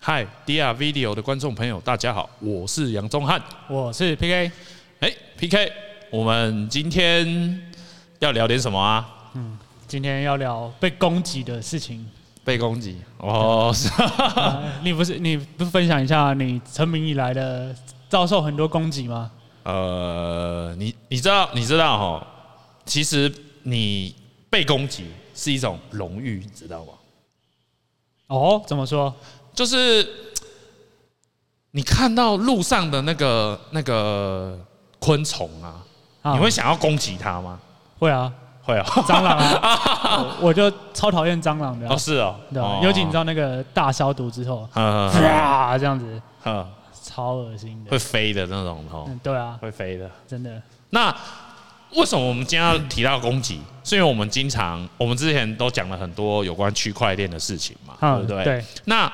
嗨，DR Video 的观众朋友，大家好，我是杨宗翰。我是 PK，哎、p k 我们今天要聊点什么啊？今天要聊被攻击的事情。被攻击哦，是啊你不是你不是分享一下你成名以来的遭受很多攻击吗？呃，你你知道你知道哈，其实你被攻击是一种荣誉，你知道吗？哦，怎么说？就是你看到路上的那个那个昆虫啊，啊你会想要攻击它吗？会啊，会啊、哦，蟑螂啊， 我我就超讨厌蟑螂的啊，是哦，对哦啊，尤其你知，道那个大消毒之后，嗯嗯哇，这样子嗯嗯超恶心的会。飞的那种哦，嗯，对啊，会飞的。真的那为什么我们今天要提到攻击？是因为我们经常，我们之前都讲了很多有关区块链的事情嘛，对嗯不对？对。那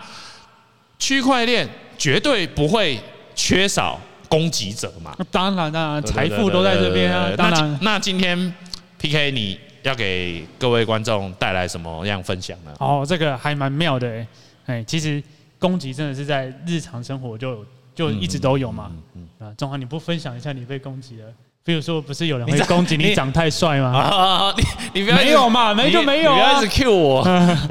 区块链绝对不会缺少攻击者嘛，那当然当然，对嗯财富都在这边啊对，对对当对然那。那今天 PK 你要给各位观众带来什么样分享呢？哦，这个还蛮妙的欸，哎，其实攻击真的是在日常生活就有就一直都有嘛。嗯啊，中华，你不分享一下你被攻击了？比如说，不是有人你会长攻击你你长太帅吗？啊，你你不要一直没有嘛，没就你没有你不啊要一。直 Q 我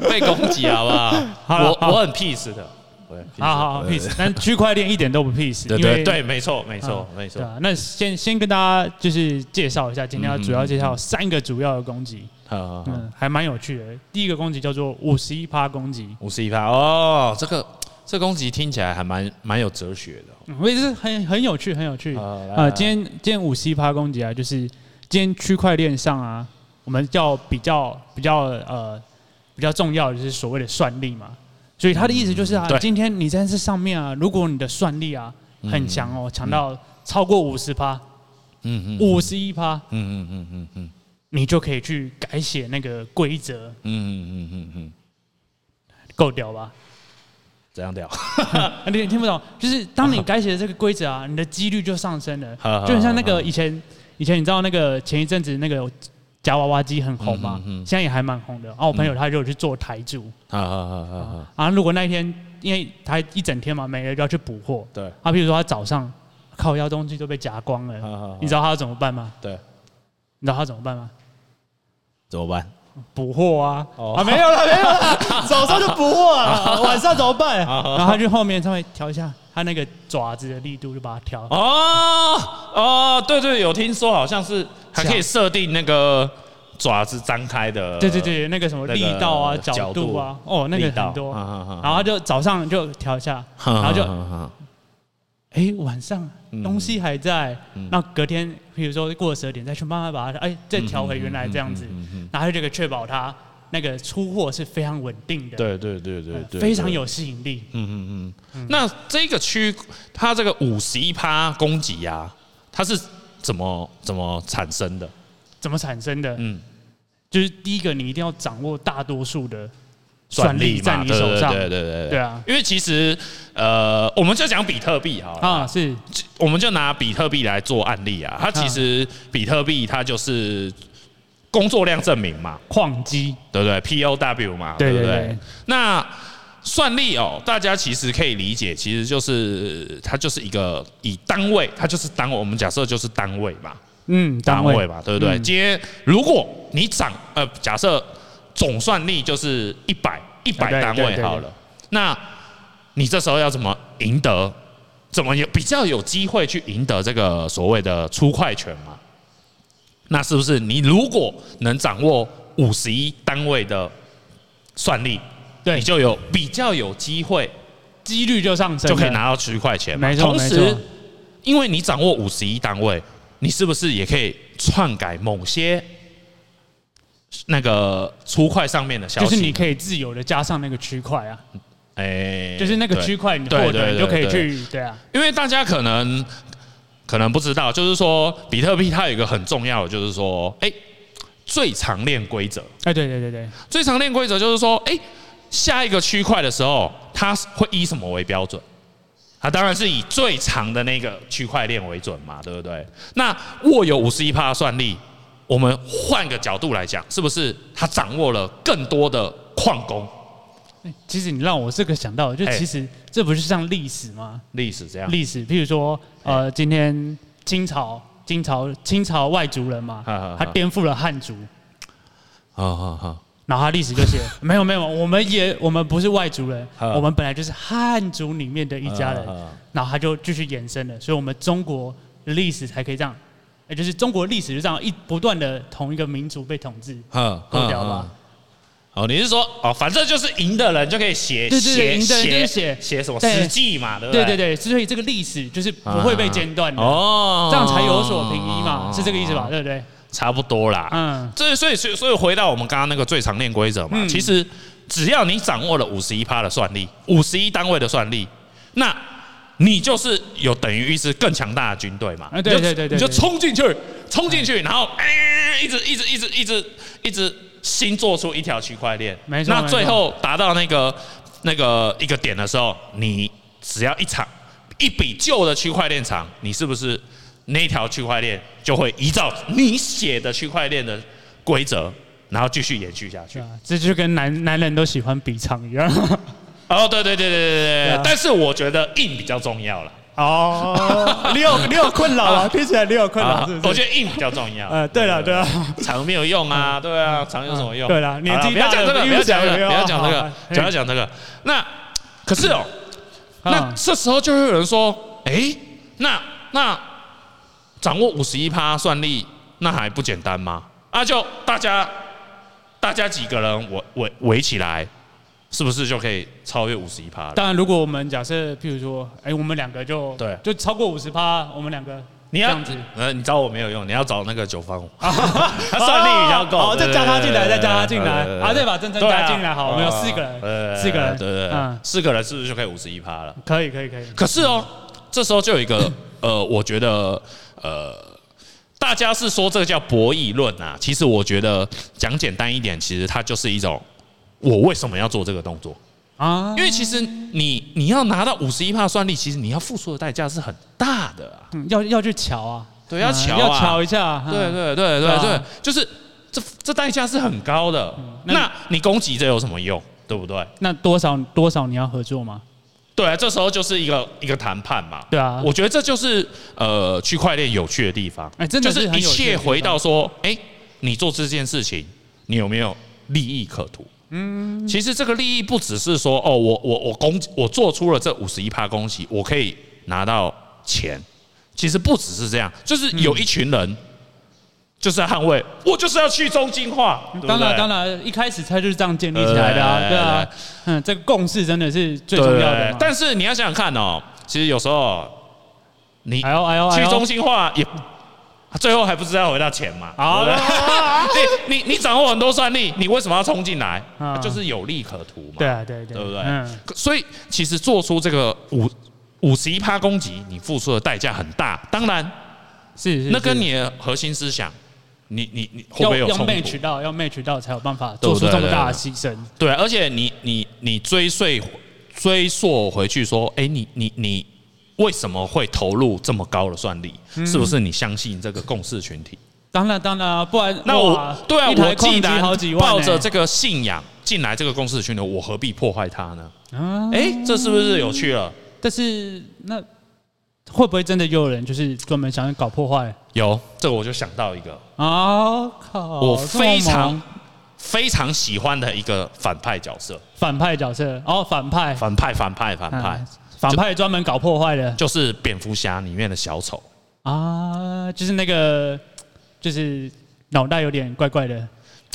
被攻击好不好？好了我好我很 peace 的，我很 peace 的好好好，peace。但区块链一点都不 peace，对因为对对，没错没错啊没对错，啊。那先先跟大家就是介绍一下，今天要主要介绍三个主要的攻击，好嗯，还蛮有趣的。第一个攻击叫做五十一趴攻击，五十一趴哦，这个这攻击听起来还蛮蛮有哲学的嗯我也是很很有趣，很有趣。哦。来啊，今天今天五十一趴攻击啊，就是今天区块链上啊，我们叫比较比较呃比较重要的就是所谓的算力嘛，所以他的意思就是嗯，啊对今天你在这上面啊，如果你的算力啊很强嗯哦，强到超过五十趴，嗯嗯五十一趴，嗯嗯嗯嗯嗯你就可以去改写那个规则，嗯嗯嗯嗯嗯，够屌吧？这样聊，，啊，你听不懂，就是当你改写这个规则啊，你的几率就上升了好好就很像那好个好以前以前你知道那个前一阵子那个夹娃娃机很红嘛，嗯嗯嗯现在也还蛮红的。啊，我朋友他就有去做台柱，好好好好好，啊，如果那一天因为他一整天嘛，每个人都要去补货，对，啊，比如说他早上靠腰东西都被夹光好了，好好你知道他要怎么办吗？对你知道他怎么办吗？怎么办？补货啊！哦啊，没有了，没有了， 早上就补货了，晚上怎么办？然后他去后面稍微调一下他那个爪子的力度，就把它调哦哦，对对，有听说好像是还可以设定那个爪子张开的，对对对，那个什么那个呃力道啊、角角度啊，哦，那力个道，很多。然然后他就早上就调一下，然后就哎晚上嗯东西还在，那隔天比如说过了十二点再去慢慢把它哎再调回原来嗯这样子，然后这个确保它那个出货是非常稳定的，对对对对呃，对非常有吸引力。嗯嗯嗯。那这个区，它这个五十一趴攻击呀、它是怎么怎么产生的？怎么产生的？嗯，就是第一个你一定要掌握大多数的算算力在嘛你对手上，对对对对对啊因为其实呃，我们就讲比特币好了，啊是我们就拿比特币来做案例啊。它其实嗯比特币它就是工作量证明嘛，矿机，对不对？POW 嘛，对不对对对？那算力哦，大家其实可以理解，其实就是它就是一个以单位，它就是单位，我们假设就是单位嘛，嗯，单单位位嗯嘛，对不对？今天如果你涨，呃，假设总算力就是一百一百哎对单位好对对了，那你这时候要怎么赢得？怎么有比较有机会去赢得这个所谓的出快权嘛？那是不是你如果能掌握五十一单位的算力，对你就有比较有机会几率就上升就了，可以拿到区块钱嘛。没错同没时错，因为你掌握五十一单位，你是不是也可以篡改某些那个粗块上面的消息？就是你可以自由的加上那个区块啊，哎、就是那个对区，块你对获对得，你对就可以对去对啊，因为大家可能可能不知道，就是说比特币它有一个很重要的，就是说，哎、最长链规则。哎对对对对，最常链规则就是说，哎、下一个区块的时候，它会以什么为标准？它当然是以最长的那个区块链为准嘛，对不对？那握有五十一趴的算力，我们换个角度来讲，是不是它掌握了更多的矿工？哎其实你让我这个想到，就哎啊其实这不是像历史吗？历史这样，历史，譬如说，哎呃，今天清朝，清朝，清朝外族人嘛哈哈哈，他颠覆了汉族，好好好，然后他历 史就写，没有没有，我们也我们不是外族人，哈我们本来就是汉族里面的一家人啊啊啊，然后他就继续延伸了，所以我们中国的历史才可以这样，也就是中国历史就这样一不断的同一个民族被统治，哼，够屌吧？哦，你是说哦，反正就是赢的人就可以写对对对写赢的人就是写写写什么对史记嘛，对不对对对对，所以这个历史就是不会被间断的，哦，这样才有所平移嘛，是这个意思吧？哦？对不对？差不多啦。嗯，这所以所以所以回到我们刚刚那个最常练规则嘛，嗯其实只要你掌握了五十一趴的算力，五十一单位的算力，那你就是有等于一支更强大的军队嘛。啊对你就对对对你就对冲进去，冲进去，然后哎，一直一直一直一直一直新做出一条区块链，没错那没最错后达到那个那个一个点的时候，你只要一场一笔旧的区块链长，你是不是那条区块链就会依照你写的区块链的规则，然后继续延续下去对？啊，这就跟男男人都喜欢比唱 一样。哦，对对对对对对对啊，但是我觉得硬比较重要了。哦，你有你有困扰啊？听起来你有困 扰是不是？我觉得硬比较重要。呃，对了对了，长没有用啊，对啊，长有什么用？对啦好年纪不要讲这大个，了不要讲这个，不没有要讲这个好，不要讲这个。那可是哦，那嗯这时候就会有人说，诶，那那掌握五十一趴算力，那还不简单吗？啊，就大家大家几个人围围围起来，是不是就可以超越五十一趴了？当然，如果我们假设，譬如说，哎，我们两个就对就超过五十趴，我们两个你这要样子呃，你找我没有用，你要找那个九方五，他他算力比较够。哦好，再加他进来，再加他进来，啊，再对把真真加进来，好，我们有四个呃人，四个人，对对对嗯，，四个人是不是就可以五十一趴了？可以可以可以，可是哦，这时候就有一个 呃，我觉得呃，大家是说这个叫博弈论啊，其实我觉得讲简单一点，其实它就是一种我为什么要做这个动作？啊因，为其实你你要拿到五十一帕算力，其实你要付出的代价是很大的啊。嗯要要去瞧啊，对，要嗯瞧、啊，要瞧一下，嗯对对对对啊对，就是这这代价是很高的。那那你攻击这有什么用？对不对？那多少多少你要合作吗？对啊，这时候就是一个一个谈判嘛。对啊我觉得这就是呃区块链有趣的地方。哎真的就是是很一有趣的切地方回到说，哎，你做这件事情，你有没有利益可图？嗯，其实这个利益不只是说哦，我我我攻我做出了这五十一趴攻击，我可以拿到钱。其实不只是这样，就是有一群嗯人。就是要捍卫，我就是要去中心化，对不当然对当然，一开始它就是这样建立起来的啊，对对啊对，嗯，这个共识真的是最重要的对嘛。但是你要想想看哦，其实有时候你哎呦哎呦，哎去呦中心化也，最后还不是要回到钱嘛？好对不 对你你你掌握很多算力，你为什么要冲进来？嗯就是有利可图嘛。对啊对对对不对嗯，所以其实做出这个五五十一趴攻击，你付出的代价很大。当然，是是，那跟是你的核心思想，你你你会不要会有要冲 match 突？到，要 match 到才有办法对做不出对这么大的牺牲。对，而且你你你追溯追溯回去说，哎，你你你为什么会投入这么高的算力？嗯是不是你相信这个共识群体？当然当然啊，不然那哇我对啊，一台我既矿机然好几万呢，抱着这个信仰进来这个公司的群流，我何必破坏它呢？啊，哎、这是不是有趣了？但是那会不会真的有人就是专门想要搞破坏？有，这个我就想到一个啊靠！我这么非常猛非常喜欢的一个反派角色，反派角色哦，反派反派反派反派嗯，反派专门搞破坏的就是蝙蝠侠里面的小丑。啊，就是那个就是脑袋有点怪怪的。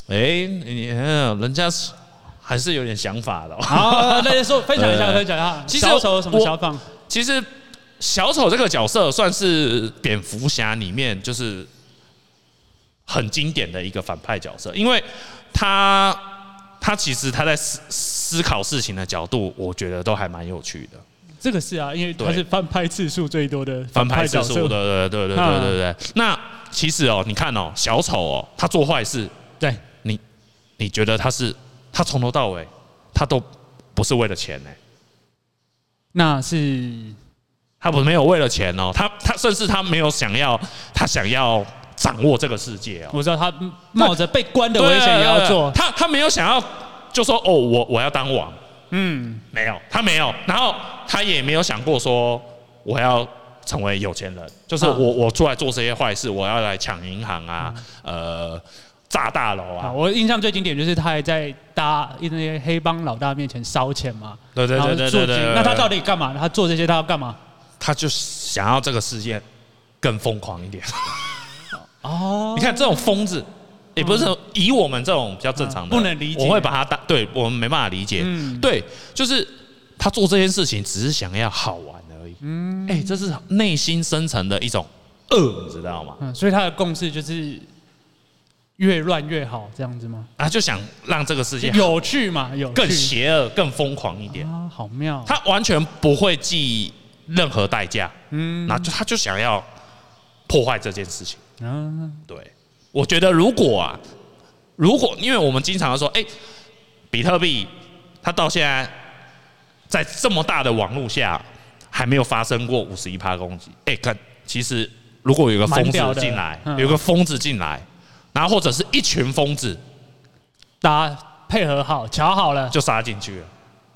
哎、你呃人家是还是有点想法的、哦。好，大家啊说分享一下，呃分享一下。其实小丑有什么我小放？其实小丑这个角色算是蝙蝠侠里面就是很经典的一个反派角色，因为他他其实他在思思考事情的角度，我觉得都还蛮有趣的。这个是啊，因为他对是翻拍次数最多的反派派次角数，对。对色对对对对对对。那其实哦，你看哦，小丑哦，他做坏事，对，你你觉得他是他从头到尾他都不是为了钱欸呢、那是他不没有为了钱哦，他他甚至他没有想要他想要掌握这个世界哦，我知道他冒着被关的危险也要做。他他没有想要就说哦，我我要当王，嗯，没有，他没有，然后他也没有想过说我要成为有钱人，就是我、啊我出来做这些坏事，我要来抢银行啊，嗯呃，炸大楼啊，啊，我印象最经典就是他还在搭一那些黑帮老大面前烧钱嘛，对对然后对对对做对这对，那他到底底干嘛？他做这些他要干嘛？他就想要这个世界更疯狂一点。哦， 你看这种疯子，也不是说以我们这种比较正常的，嗯不能理解我会把他当对我们没办法理解。嗯对，就是他做这件事情只是想要好玩而已。嗯，哎、这是内心深层的一种恶，你知道吗？嗯，所以他的共识就是越乱越好这样子吗？他就想让这个世界有趣嘛，有趣更邪恶、更疯狂一点。啊，好妙，他完全不会计任何代价，嗯那就他就想要破坏这件事情。啊，对，我觉得如果啊，如果因为我们经常说，哎、比特币它到现在在这么大的网络下，还没有发生过五十一趴攻击。哎、看，其实如果有一个疯蛮屌子的进来，嗯有一个疯子进来，然后或者是一群疯子大家配合好，瞧好了，就杀进去了，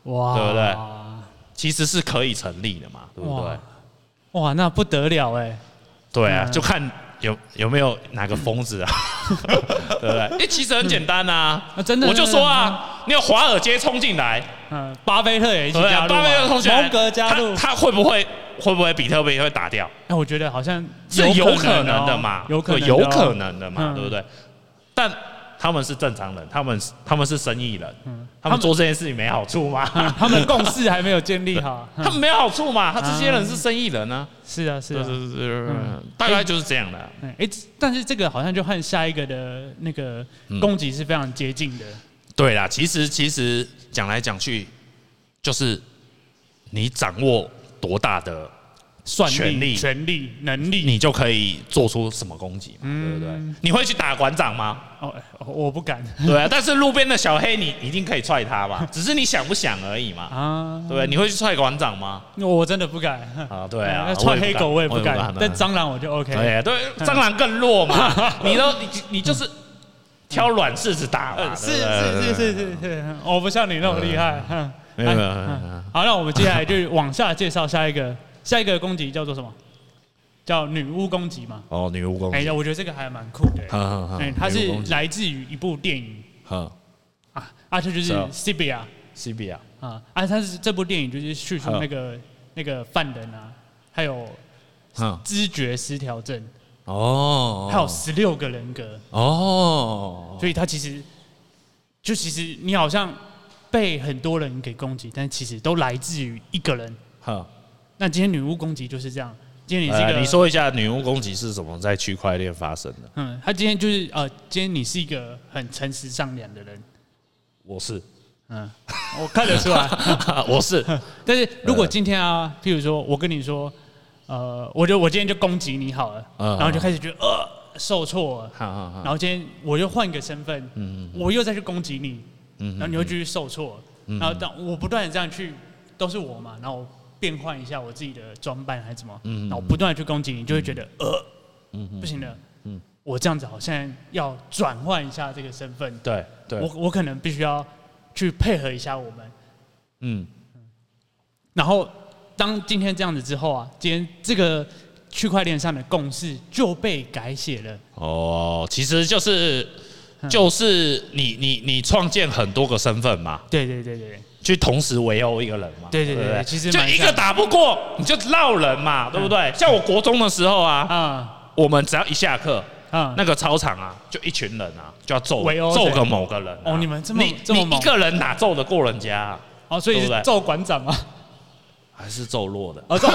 哇，对不其实是可以成立的嘛，对不对哇？哇，那不得了哎，对啊，嗯就看有有没有哪个疯 子啊，对不对？哎、其实很简单啊，啊真的我就说啊，你有华尔街冲进来，嗯，巴菲特也一起对加啊，入嘛，巴菲特同学，蒙格加入，他他会不会会不会比特币会打掉？哎，我觉得好像是有可能能哦的嘛，有可能对的有哦，可能的嘛，嗯对不对？但他们是正常人，他们是他们是生意人，他他们们做这件事情没好处吗？嗯 他们的嗯共识还没有建立好，嗯他们没好处嘛？他这些人是生意人呢，是啊，是对啊。对对对对嗯，大概就是这样的。哎、诶但是这个好像就和下一个的那个嗯攻击是非常接近的。对啦，其实其实讲来讲去，就是你掌握多大的，算力、权力权力、能力。你就可以做出什么攻击嘛，对不对嗯？你会去打馆长吗？哦，我不敢 对啊，但是路边的小黑你一定可以踹他吧？只是你想不想而已嘛，啊对，不对？你会去踹馆长吗？我真的不敢。啊，对啊那，踹黑狗我也不敢，但哎但蟑蟑螂我就 OK。啊对啊对蟑螂更弱嘛， 你都你你就是挑软柿子打嘛，呃是对不对啊是是是是是，我不像你那么厉害。哼没有没有哎没有嗯没有好，那我们接下来就往下介绍下一个，下一个攻击叫做什么？叫女巫攻击嘛？哦，女蜈蚣，哎、呀，我觉得这个还蛮酷的、好好好哎、它女是蜈蚣来自于一部电影好啊，啊，这就是是哦 C B 啊。 C B 啊，啊啊！它是这部电影就是叙述那个那个犯人啊，还有嗯知觉失调症，哦，还有十六个人格，哦，所以他其实就其实你好像被很多人给攻击，但其实都来自于一个人。好，那今天女巫攻击就是这样，今天你是一呃个，你说一下女巫攻击是怎么在区块链发生的？嗯，他今天就是呃，今天你是一个很诚实善良的人，我是，嗯，我看得出来。 我 是，但是如果今天啊，譬如说我跟你说，呃，我就我今天就攻击你好了，嗯然后就开始觉得呃受挫了，好好好然，后今天我又换个身份，我又再去攻击你，嗯然后你又继续受挫，然后但我不断的这样去，都是我嘛，然后我变换一下我自己的装扮还是怎么，嗯然后不断的去攻击你，就会觉得呃不行了，嗯我这样子好像要转换一下这个身份，对对，我我可能必须要去配合一下我们。嗯，然后当今天这样子之后啊，今天这个区块链上的共识就被改写了。哦，其实就是嗯就是你你你创建很多个身份嘛，对对对对去同时围殴一个人嘛。对对不对对其实就蛮一个像打不过，你就闹人嘛，对不对？像我国中的时候啊，啊我们只要一下课，啊，那个操场啊，就一群人啊，就要揍围殴揍谁个某个人啊。哦你们这么你这么你一猛个人哪揍得过人家啊？哦，所以对不对是揍馆长嘛？还是揍弱的，哦， 揍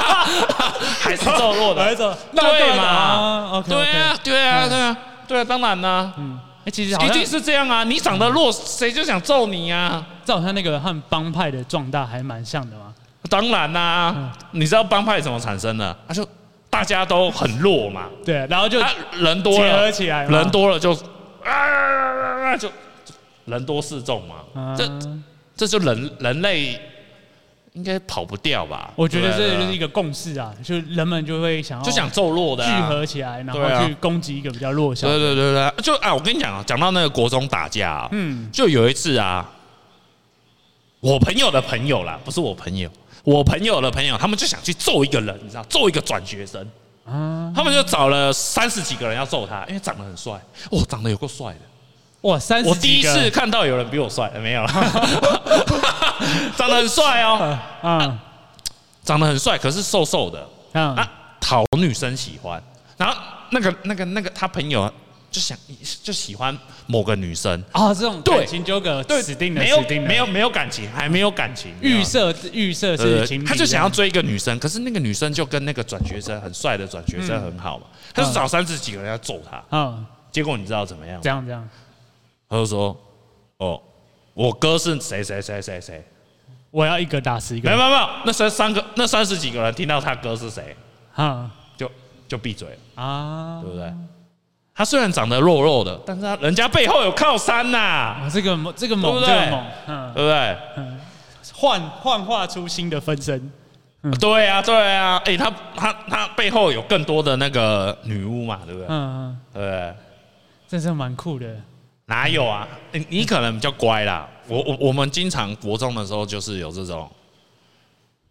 还是揍弱来的，着，对嘛嘛？ ？OK，对啊，，对啊，嗯对啊，对啊，当然啦。嗯，哎，其实好一像定是这样啊！你长得弱，谁就想揍你啊？这好像那个和帮派的壮大还蛮像的嘛。当然啦、你知道帮派怎么产生的？他、就大家都很弱嘛，对，然啊后就啊，人多结合了，起来嘛，人多了就啊就人多势众嘛，嗯，这这就人人类应该跑不掉吧？我觉得对这啊就是一个共识啊，就是人们就会想要就想揍弱的、聚啊，合起来，然对啊后去攻击一个比较弱小对。对对对对，啊就啊，我跟你讲啊，讲到那个国中打架、啊，嗯就有一次啊，我朋友的朋友啦，不是我朋友，我朋友的朋友，他们就想去揍一个人，你知道，揍一个转学生。啊，他们就找了三十几个人要揍他，因为长得很帅，哦，长得有够帅的。哇，三十我第一几个次看到有人比我帅，哎没有了，长得很帅哦，啊啊长得很帅，可是瘦瘦的啊啊，讨女生喜欢。然后那个那个那个他朋友啊就想就喜欢某个女生，啊！这种对感情纠葛，对，死定了，没有死定了，没有没有感情，还没有感情，预设预设对是对情啊对敌，他就想要追一个女生，可是那个女生就跟那个转学生很帅的转学生很好嗯嘛，他就找三十几个人要揍他，啊，结果你知道怎么样吗？这样这样，他就说：“哦，我哥是谁谁谁谁谁。我要一个打死一”没个有，没有没有，那三三个那三十几个人听到他哥是谁，啊就就闭嘴了，啊对，不对？他虽然长得肉肉的，但是他人家背后有靠山呐、啊这个猛这个猛对不这对个猛，嗯，对不对？幻幻化出新的分身，对啊，对啊，哎、他他他背后有更多的那个女巫嘛，对不对？嗯，嗯对不对？这是蛮酷的，哪有啊？你你可能比较乖啦。我我我们经常国中的时候就是有这种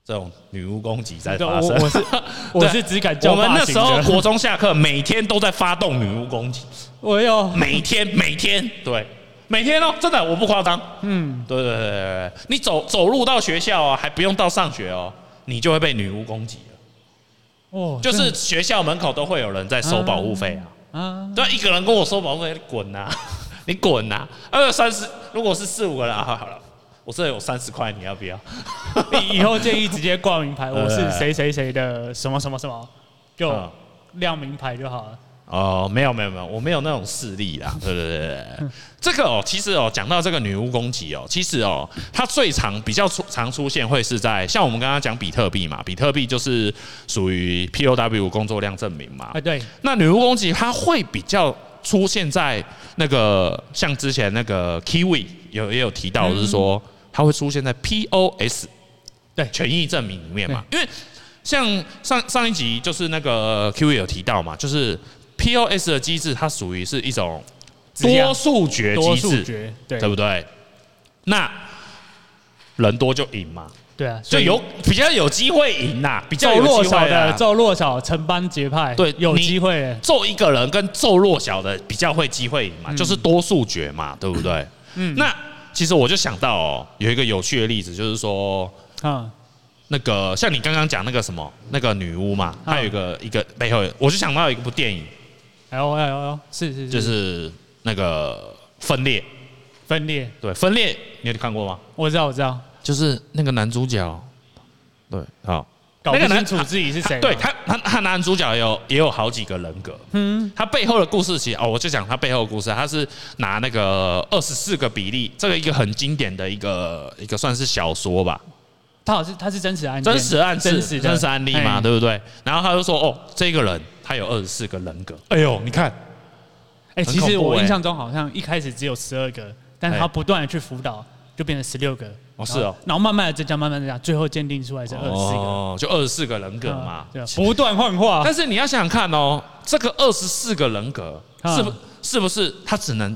这种女巫攻击在对发我生。啊 我是我是只敢叫我们爸那型时候的国中下课，每天都在发动女巫攻击，哎我有，每天每天对，每天哦，真的我不夸张，嗯，对对对对对，你走走路到学校哦，还不用到上学哦，你就会被女巫攻击了。哦，就是学校门口都会有人在收保护费啊，这啊，对啊，一个人跟我收保护费，你滚呐、你滚呐、呃，三十，如果是四五个人啊，好好了，我这有三十块，你要不要？ 以以后建议直接挂名牌，我是对谁谁谁的什么什么什么，就嗯亮名牌就好了。哦，没有没有没有，我没有那种势力啦。对对对对对，这个哦，其实哦，讲到这个女巫攻击哦，其实哦，它最常比较出常出现会是在像我们刚刚讲比特币嘛，比特币就是属于 POW 工作量证明嘛啊，。对，那女巫攻击它会比较出现在那个像之前那个 Kiwi 有也有提到，就是说嗯它会出现在 POS 对权益证明里面嘛，因为像上上一集就是那个 Q 也有提到嘛，就是 POS 的机制它属于是一种质押多数决多机数制，决，对对不对？那人多就赢嘛，对啊，所就以有比较有机会赢呐，比较揍有弱机会小的啊揍弱小，成班结派，对有你机会的。揍一个人跟揍弱小的比较会机会赢嘛，就是多数决嘛，对不对？嗯那其实我就想到哦，有一个有趣的例子，就是说啊，那个像你刚刚讲那个什么那个女巫嘛，嗯还有一个一个背后有，我就想到一部电影，哎呦哎呦哎呦，是是是，就是那个分裂，分裂。对，分裂你有看过吗？我知道我知道，就是那个男主角，对，好，搞不那个清男楚自己是谁。啊对，他他他男主角也有也有好几个人格，嗯，他背后的故事其实哦，我就讲他背后的故事，他是拿那个二十四个比例，这个一个很经典的一个一个算是小说吧，他好像是他是真实案件，真实案真真实的真实案例嘛，哎对不对？然后他就说哦，这个人他有二十四个人格，哎呦，你看，哎，很其恐实怖我哎印象中好像一开始只有十二个，但是哎他不断的去辅导，就变成十六个。哦是哦然后，然后慢慢的增加，慢慢地增加，最后鉴定出来是二十四个。哦，就二十四个人格嘛啊，对啊不断幻化。但是你要想想看哦，这个二十四个人格啊是不是不是他只能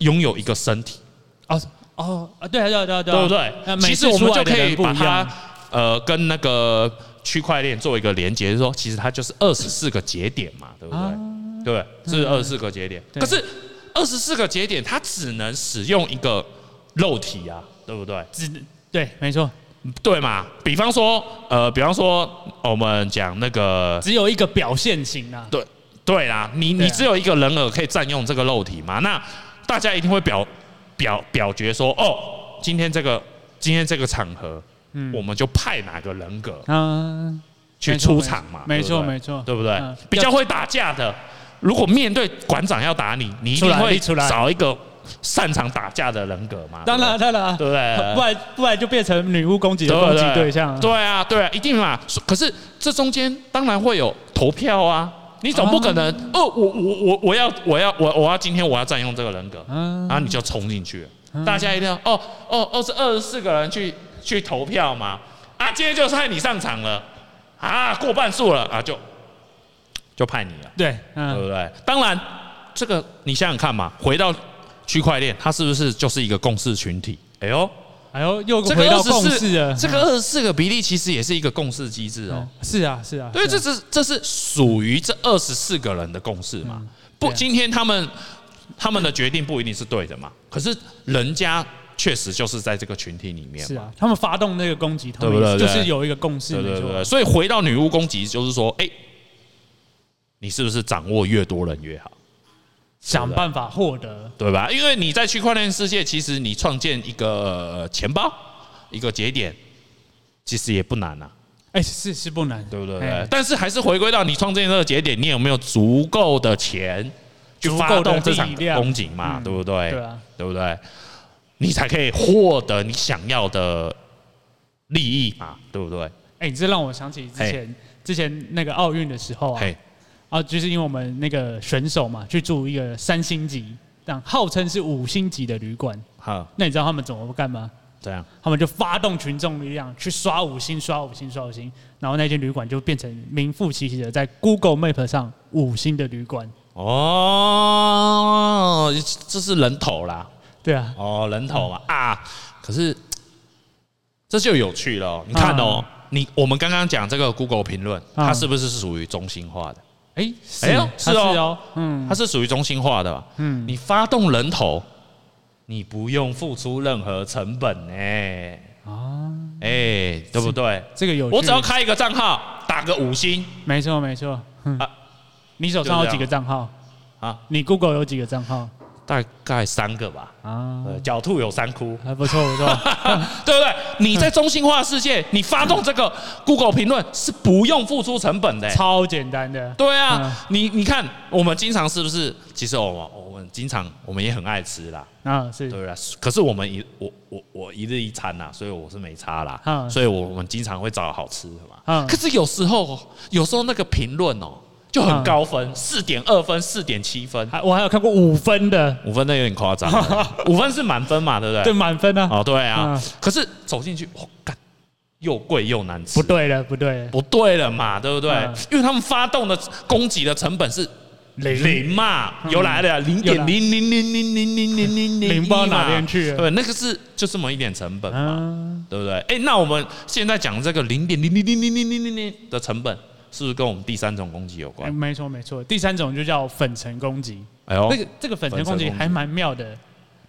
拥有一个身体，哦哦啊，对啊对啊对啊对对啊，不对？那每其次实我们出来就的可人以不把一它样呃跟那个区块链做一个连接，就是说其实它就是二十四个节点嘛，对不对？啊对不对，是二十四个节点。对可是二十四个节点，它只能使用一个肉体啊，对不对？只对，没错，对嘛？比方说，呃，比方说我们讲那个只有一个表现型啊。对对啦，你对啊你只有一个人偶可以占用这个肉体嘛？那大家一定会表表表决说，哦，今天这个今天这个场合，嗯我们就派哪个人格嗯，去出场嘛？没对错不对没错对不对嗯？比较会打架的，如果面对馆长要打你，你一定出来会你出来找一个擅长打架的人格嘛？当然对当然，不对，对 不对不然不然就变成女巫攻击的攻击对象啊。对啊，对啊，一定嘛。所可是这中间当然会有投票啊，你总不可能哦，我我我我要我要我我要今天我要占用这个人格，嗯然后你就冲进去了，大家一定要哦哦哦是二十四个人去去投票嘛，啊今天就是派你上场了啊过半数了啊就就派你了，对，对嗯，不对？当然这个你想想看嘛，回到区块链，它是不是就是一个共识群体？哎呦，哎呦，又这个回二到十共识四了。，这个二十四个比例其实也是一个共识机制哦嗯。是啊，是啊，对，是这啊是这是属于这二十四个人的共识嘛嗯？不，对啊今天他们他们的决定不一定是对的嘛。可是人家确实就是在这个群体里面是嘛。啊，他们发动那个攻击，他对不对们就是对有一个共识，对对没对，错对，所以回到女巫攻击，就是说，哎，你是不是掌握越多人越好？想办法获得，对吧？因为你在区块链世界，其实你创建一个呃钱包、一个节点，其实也不难啊，哎，是是不难，对不对？哎但是还是回归到你创建这个节点，你有没有足够的钱去发足够的动这场力量攻击嘛？嗯对不对？对啊，对不对？你才可以获得你想要的利益嘛？对不对？哎，你这让我想起之前之前那个奥运的时候啊，嘿，啊，就是因为我们那个选手嘛，去住一个三星级，这样号称是五星级的旅馆，好，那你知道他们怎么干吗？这样他们就发动群众力量去刷五星、刷五星、刷五星，然后那间旅馆就变成名副其实的在 Google Map 上五星的旅馆。哦，这是人头啦。对啊，哦，人头嘛啊，可是这就有趣了哦、你看哦，你我们刚刚讲这个 Google 评论，它嗯是不是是属于中心化的？哎，哎呦是是哦是哦，嗯它是属于中心化的吧？嗯，你发动人头，你不用付出任何成本哎、啊，哎、对不对？这个有趣，我只要开一个账号，打个五星没错没错，嗯啊你手上有几个账号？啊，你 Google 有几个账号大概三个吧。啊？呃，狡兔有三窟，还不错不错， 对不对？你在中心化世界，你发动这个 Google 评论是不用付出成本的、哎超简单的，对啊，你你看，我们经常是不是？其实我们我们经常我们也很爱吃啦，啊是对不对？可是我们一我我我一日一餐呐，所以我是没差啦，嗯所以我们经常会找好吃的嘛。嗯可是有时候有时候那个评论哦就很高嗯分，四点二分、四点七 分，还我还有看过五分的，五分那有点夸张了， 五分是满分嘛，对不对对？满分啊，哦，对啊嗯。可是走进去，我干，又贵又难吃不，对了不对了，不对了嘛，对不对嗯？因为他们发动的攻击的成本是零零嘛，又来了零又点来零零零零零零零零零，零不知道哪边去了对，那个是就这么一点成本嘛，啊，对不对？哎，那我们现在讲这个零点零零零零零零零零的成本，是不是跟我们第三种攻击有哎关？没错没错，第三种就叫粉尘攻击，哎呦那，个这个粉尘攻粉尘击攻击还蛮妙的。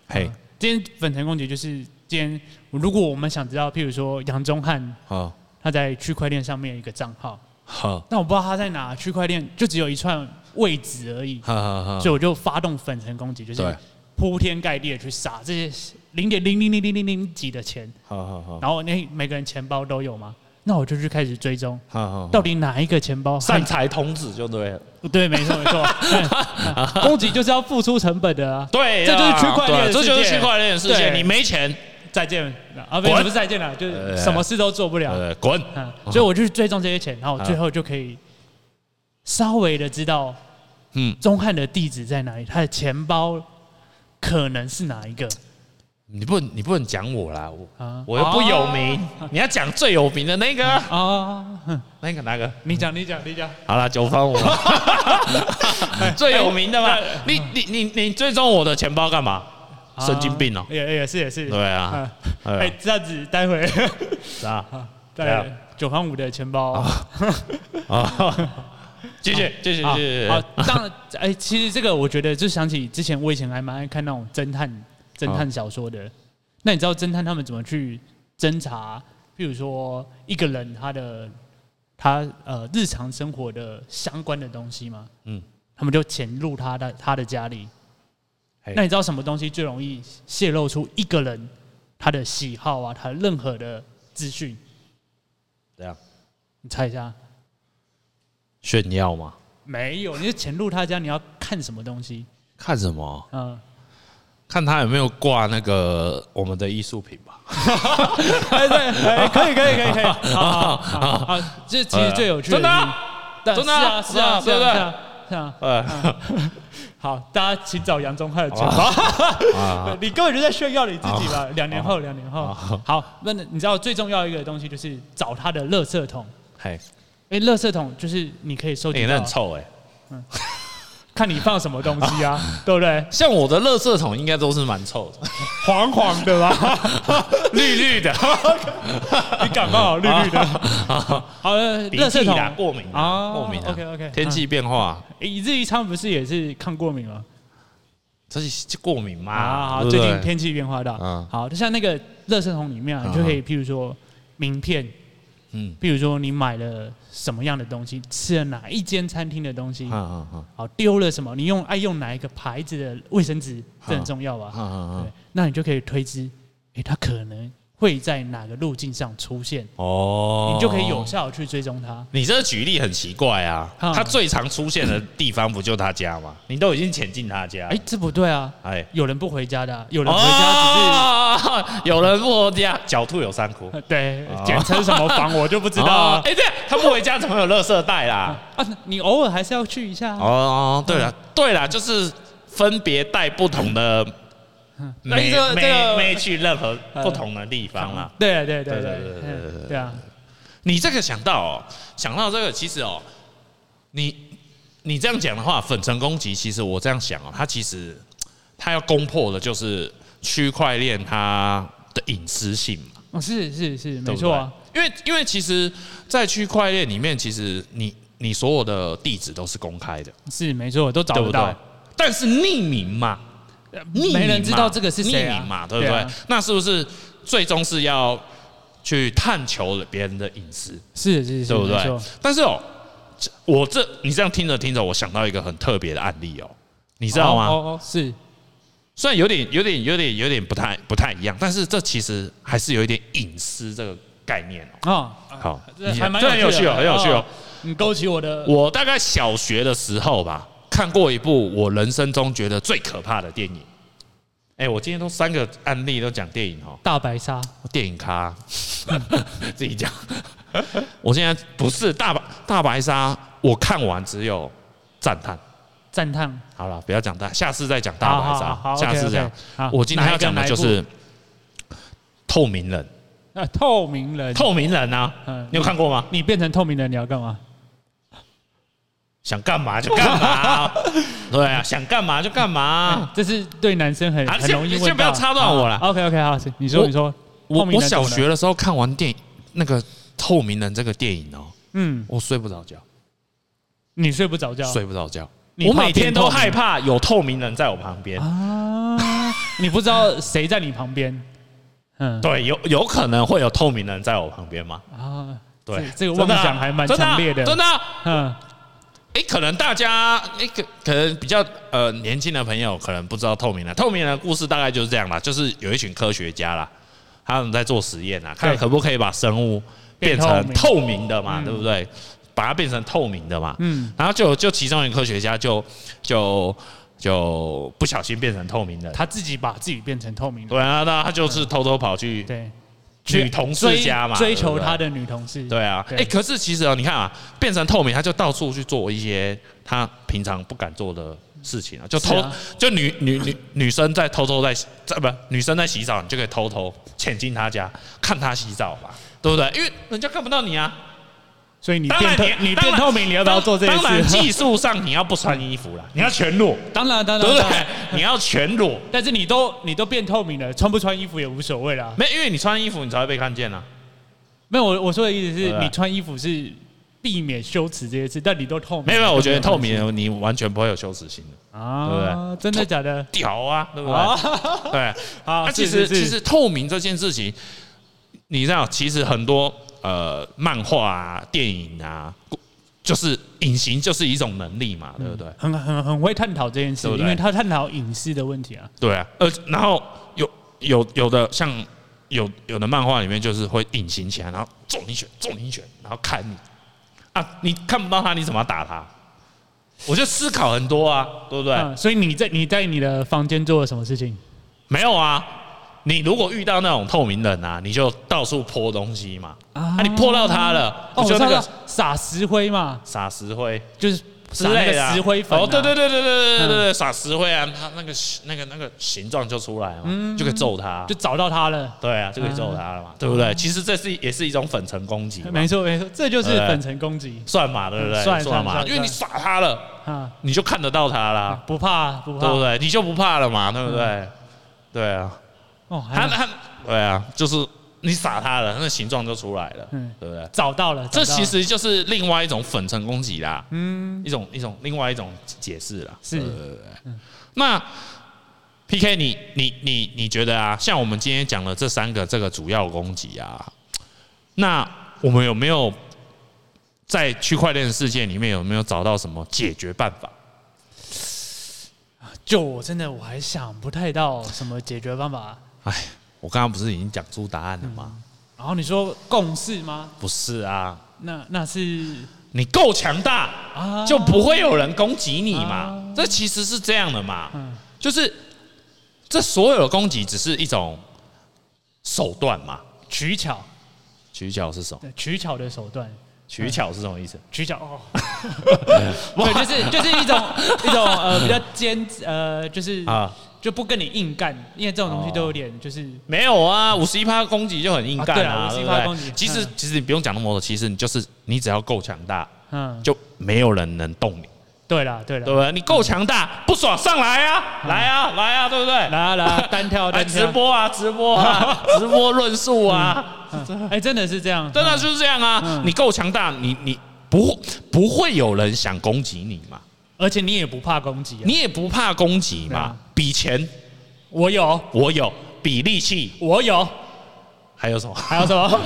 嘿，今天粉尘攻击就是今天，如果我们想知道，譬如说杨宗汉好，他在区块链上面有一个账号，好，但我不知道他在哪，区块链就只有一串位置而已，好好所以我就发动粉尘攻击，就是啊对铺天盖地的去撒这些零点零零零零零零几的钱，好好好，然后那每个人钱包都有嘛，那我就去开始追踪，好好，到底哪一个钱包善财童子就对了，对，没错没错， 嗯攻击就是要付出成本的啊。对这就是啦区块链对的这就世是界区块链的世界，对你没钱，再见啊，不是滚不是再见了，就是呃什么事都做不了。呃，滚，嗯，所以我就去追踪这些钱，然后我最后就可以稍微的知道嗯。钟汉的地址在哪里，他的钱包可能是哪一个你不能你不能讲我啦，我、啊我又不有名，你要讲最有名的那个啊，啊？哼那个那个，你讲你讲你讲，好啦，九方我 最有名的嘛，你你你你追踪我的钱包干嘛？啊神经病哦、也也是也是，对啊，嗯，对哎啊，这样子待会是啊，待会九方五的钱包。 啊，继续继续继啊续，啊，当然，哎，其实这个我觉得就想起之前我以前还蛮爱看那种侦探侦探小说的。那你知道侦探他们怎么去侦查？譬如说一个人他的他呃日常生活的相关的东西吗？嗯嗯，他们就潜入他的他的家里嘿。那你知道什么东西最容易泄露出一个人他的喜好啊，他任何的资讯？怎样你猜一下？炫耀嘛？没有，你就潜入他家，你要看什么东西？看什么？嗯，看他有没有挂那个我们的艺术品吧。哎对，哎可以可以可以可以，好好好好，这其实最有趣真的是啊，但真的啊是啊是对不啊是对啊是啊，呃好，大家请找杨宗翰的钱好包，啊，你根本就在炫耀你自己吧。两年后，两年后，好好，那你知道最重要一个东西就是找他的垃圾桶， 嘿，因为垃圾桶就是你可以收你集哎那到很，臭哎，看你放什么东西啊，对不对？像我的垃圾桶应该都是蛮臭的，黄黄的吧， 绿绿 的，你感冒绿绿的，好的，鼻垃圾涕桶啦过敏啊，啊过敏啊。 ，OK，OK，天气变化，诶以至于昌不是也是抗过敏吗？这是过敏啊，嘛？好，对不最对近天气变化大嗯，好，就像那个垃圾桶里面啊，你就可以譬如说名片，嗯，譬如说你买了什么样的东西，吃了哪一间餐厅的东西嗯，嗯嗯好丢了什么，你用爱用哪一个牌子的卫生纸，这很重要吧？嗯嗯嗯对，那你就可以推知，诶、它可能会在哪个路径上出现，哦，你就可以有。效地去追踪它。你这个举例很奇怪啊，嗯他最常出现的地方不就他家吗？你都已经潜进他家，诶、这不对啊！哎，有人不回家的啊、有人回家哦，有人不回 家，狡兔有三窟只是、。 对哦，简称什么房我就不知道哦啊。哎，对，他不回家怎么有垃圾袋啦？啊，嗯你偶尔还是要去一下啊、哦，对了，对了，就是分别带不同的妹但是嗯哎这个这妹个嗯妹去任何不同的地方啊啦。对对对对对对对对对嗯对啊！你这个想到哦，想到这个，其实哦，你你这样讲的话，粉尘攻击，其实我这样想哦，它其实它要攻破的就是区块链它的隐私性嘛。哦，是是是，对没不错啊。对，因为因为其实，在区块链里面，其实你你所有的地址都是公开的，是没错，都找对不不到对，？但是匿名嘛，匿名嘛没人知道这个是谁啊匿名嘛，对不对？对啊那是不是最终是要去探求别人的隐私，是是是，对不没对错？但是哦，这我这你这样听着听着，我想到一个很特别的案例哦，你你知道吗？哦哦，哦是虽然有点有点有点有点不太不太一样，但是这其实还是有一点隐私这个概念哦。哦，好，这你还蛮这很有趣的哦，很有趣哦。。你勾起我的我大概小学的时候吧，看过一部我人生中觉得最可怕的电影。哎、我今天都三个案例都讲电影哦，大白鲨，电影咖 自己讲。我现在不是大白大白鲨，我看完只有赞叹。赞叹好了，不要讲大，下次再讲大白好好鲨，好下次 OK，OK，讲。好我今天哪一要个讲的哪一就部是透明人，啊，透明人，透明人啊，嗯你有看过吗？你变成透明人，你要干嘛？想干嘛就干 嘛，对啊，想干嘛就干嘛。这是对男生很啊很先容易先问到。不要插断我啦 OK OK，好，是你说我你说，我透明我人啊小怎么学了，的时候看完电影那个《透明人》这个电影哦，嗯，我睡不着觉，你睡不着觉睡不着觉。你我怕每天变透都明害怕有透明人在我旁边，啊？你不知道谁在你旁边？嗯，对，有有可能会有透明人在我旁边吗？啊，对，这这个真的啊妄想还蛮强烈的真的啊。真的啊嗯，哎，可能大家哎，可可能比较呃年轻的朋友可能不知道透明人。透明人的故事大概就是这样啦，就是有一群科学家啦，他们在做实验啊，看对可不可以把生物变成变透透明的嘛，对不对？把它变成透明的嘛。嗯，然后就就其中一个科学家就就就不小心变成透明人，他自己把自己变成透明人，对啊，那他就是偷偷跑去对，女同事家嘛，追对追不求对他。的女同事，对啊，哎、对可是其实啊，你看啊，变成透明，他就到处去做一些他平常不敢做的事情啊，就偷，是啊就女女女女生在偷偷在在不女生在洗澡，你就可以偷偷潜进她家看她洗澡嘛，对不对？因为人家看不到你啊。所以你当变然透，你你当变然透明，你要不要做这件当然，事？ 技术上你要不穿衣服啦，你要全裸，当然，当然，对不当对然。？你要全裸，但是你都你都变透明了，穿不穿衣服也无所谓啦。没，因为你穿衣服你才会被看见啊。没有，我我说的意思对是啊你穿衣服是避免羞耻这些事，但你都透明，没有，没有，我觉得透明就没有人你完全不会有羞耻心的，啊，真的假的？屌啊，对不啊对？对，啊那其是实是是其实透明这件事情，你知道，其实很多呃漫画啊、电影啊，就是隐形就是一种能力嗯嘛，对不对？很很很会探讨这件事对不，对因为他探讨隐私的问题啊。对啊，呃，然后有有有的像有有的漫画里面就是会隐形起来，然后中你一拳，中你一拳，然后砍你啊，你看不到他，你怎么打他？我就思考很多啊，对不对？嗯，所以你在你在你的房间做了什么事情？没有啊，你如果遇到那种透明人啊，你就到处泼东西嘛，啊，啊你泼到他了，你哦，我就知那道个了撒石灰嘛，撒石灰，就是之类的撒那啊个石灰粉啊嗯哦，对对对对对对对对对，撒石灰啊，它那个那个那个形状就出来了嘛，就可以揍它嗯就。找到它了。对啊，就可以揍它了嘛，对不对？其实这是也是一种粉尘攻击嘛，没错没错，这就是对粉尘攻击算嘛，对不对？嗯算算嘛，算因为你撒它了，啊，你就看得到它啦，不怕不怕，啊对不对？你就不怕了嘛，对不对？嗯对啊，哦，它还它对啊，就是你撒它了，那形状就出来了，嗯对不对？找到了，这找到其了实就是另外一种粉尘攻击啦，嗯一种一种另外一种解释啦。是嗯对对对对那 PK，你你你你觉得啊，像我们今天讲的这三个这个主要攻击啊，那我们有没有在区块链世界里面有没有找到什么解决办法？就我真的我还想不太到什么解决方法。哎，我刚刚不是已经讲出答案了吗？然后你说共识吗？不是啊，那那是你够强大啊，就不会有人攻击你嘛啊。这其实是这样的嘛。嗯就是这所有的攻击只是一种手段嘛。取巧，取巧是什么？对取巧的手段，取巧是什么意思？取 巧哦，对，就是就是一种一种呃比较坚呃就是啊，就不跟你硬干，因为这种东西哦都有点就是没有啊，五十一趴攻击就很硬干啊对对啊51%不对攻击其实嗯其实你不用讲那么多，其实你就是你只要够强大，嗯，就没有人能动你，对啦对啦对，不对？你够强大，不爽上来啊，来啊，来啊，对不对？来啊来啊，单挑来单直挑，播啊，直播啊，直播论述啊。嗯哎真的是这 样，真的就是这样啊！嗯你够强大，你你不不会有人想攻击你嘛，而且你也不怕攻击啊，你也不怕攻击对嘛啊。比钱我有我有，比力气我有，还有什么？还有 什么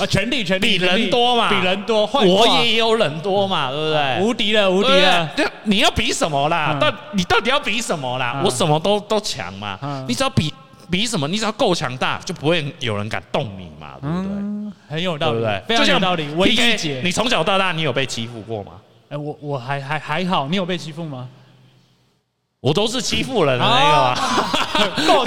啊权力权比力人权力多嘛 比人多，换我话也有人多嘛，对不对？无敌了无敌对不对了，对，你要比什么啦？嗯到你到底要比什么啦？嗯我什么都都强嘛嗯。你只要比比什么？你只要够强大，就不会有人敢动你嘛，对不对？嗯，很有道对理不对？，非常有道理，唯 PK 一解你。从小到大，你有被欺负过吗？哎，我我还还还好，你有被欺负吗？我都是欺负人的那个嘛。哦 够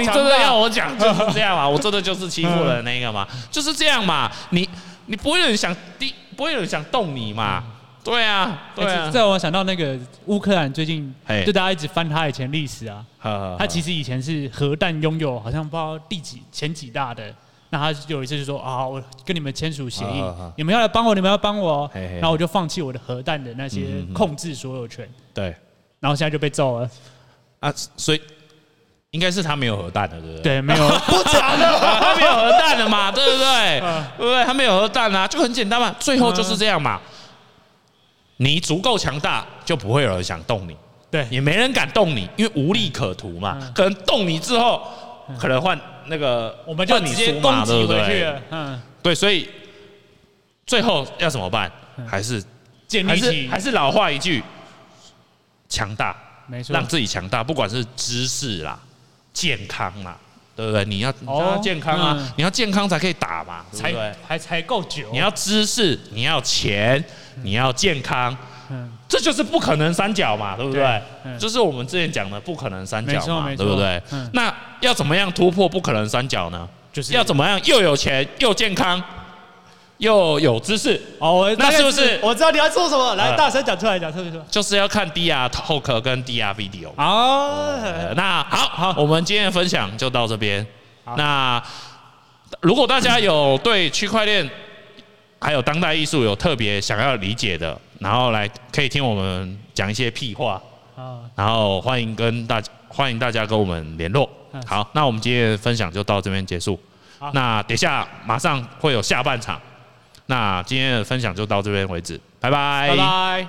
你强真的要大，我讲就是这样嘛？我真的就是欺负了那个嘛，就是这样嘛。你你不会有人想第，不会有人想动你嘛？对啊， 对哎啊这。让我想到那个乌克兰最近嘿，就大家一直翻他以前历史啊，他他其实以前是核弹拥有好像不知道第几前几大的，那他有一次就说啊，我跟你们签署协议啊啊啊，你们要来帮我，你们要帮我，嘿嘿然后我就放弃我的核弹的那些嗯嗯嗯控制所有权，对然后现在就被揍了，啊，所以应该是他没有核弹的，对不对？对，没有，不假 的，他没有核弹的嘛，对不对？嗯对不对？他没有核弹啊，就很简单嘛。最后就是这样嘛。你足够强大，就不会有人想动你，对，也没人敢动你，因为无利可图嘛。嗯可能动你之后，可能换那个我们就换你直接输攻嘛击对不回对去了，嗯，对，所以最后要怎么办？嗯还是建还立是起还，是老话一句，强大，没错让，自己强大，不管是知识啦、健康啦，对不对？你要你哦要健康啊嗯，你要健康才可以打嘛，对不对才？还才够久，你要知识，你要钱，你要健康，嗯。这就是不可能三角嘛，对不对对？嗯就是我们之前讲的不可能三没角错嘛，没对不错对嗯？那要怎么样突破不可能三角呢？就是要怎么样又有钱又健康又有知识？哦，我那是不是我知道你要说什么，嗯来大声讲出来，讲出来，说就是要看 DR 后壳跟 DR video。好，呃那好，好，我们今天的分享就到这边。那如果大家有对区块链还有当代艺术有特别想要理解的，然后来可以听我们讲一些屁话，啊，然后欢迎跟大欢迎大家跟我们联络嗯。好，那我们今天的分享就到这边结束好。那等一下马上会有下半场，那今天的分享就到这边为止，拜拜拜。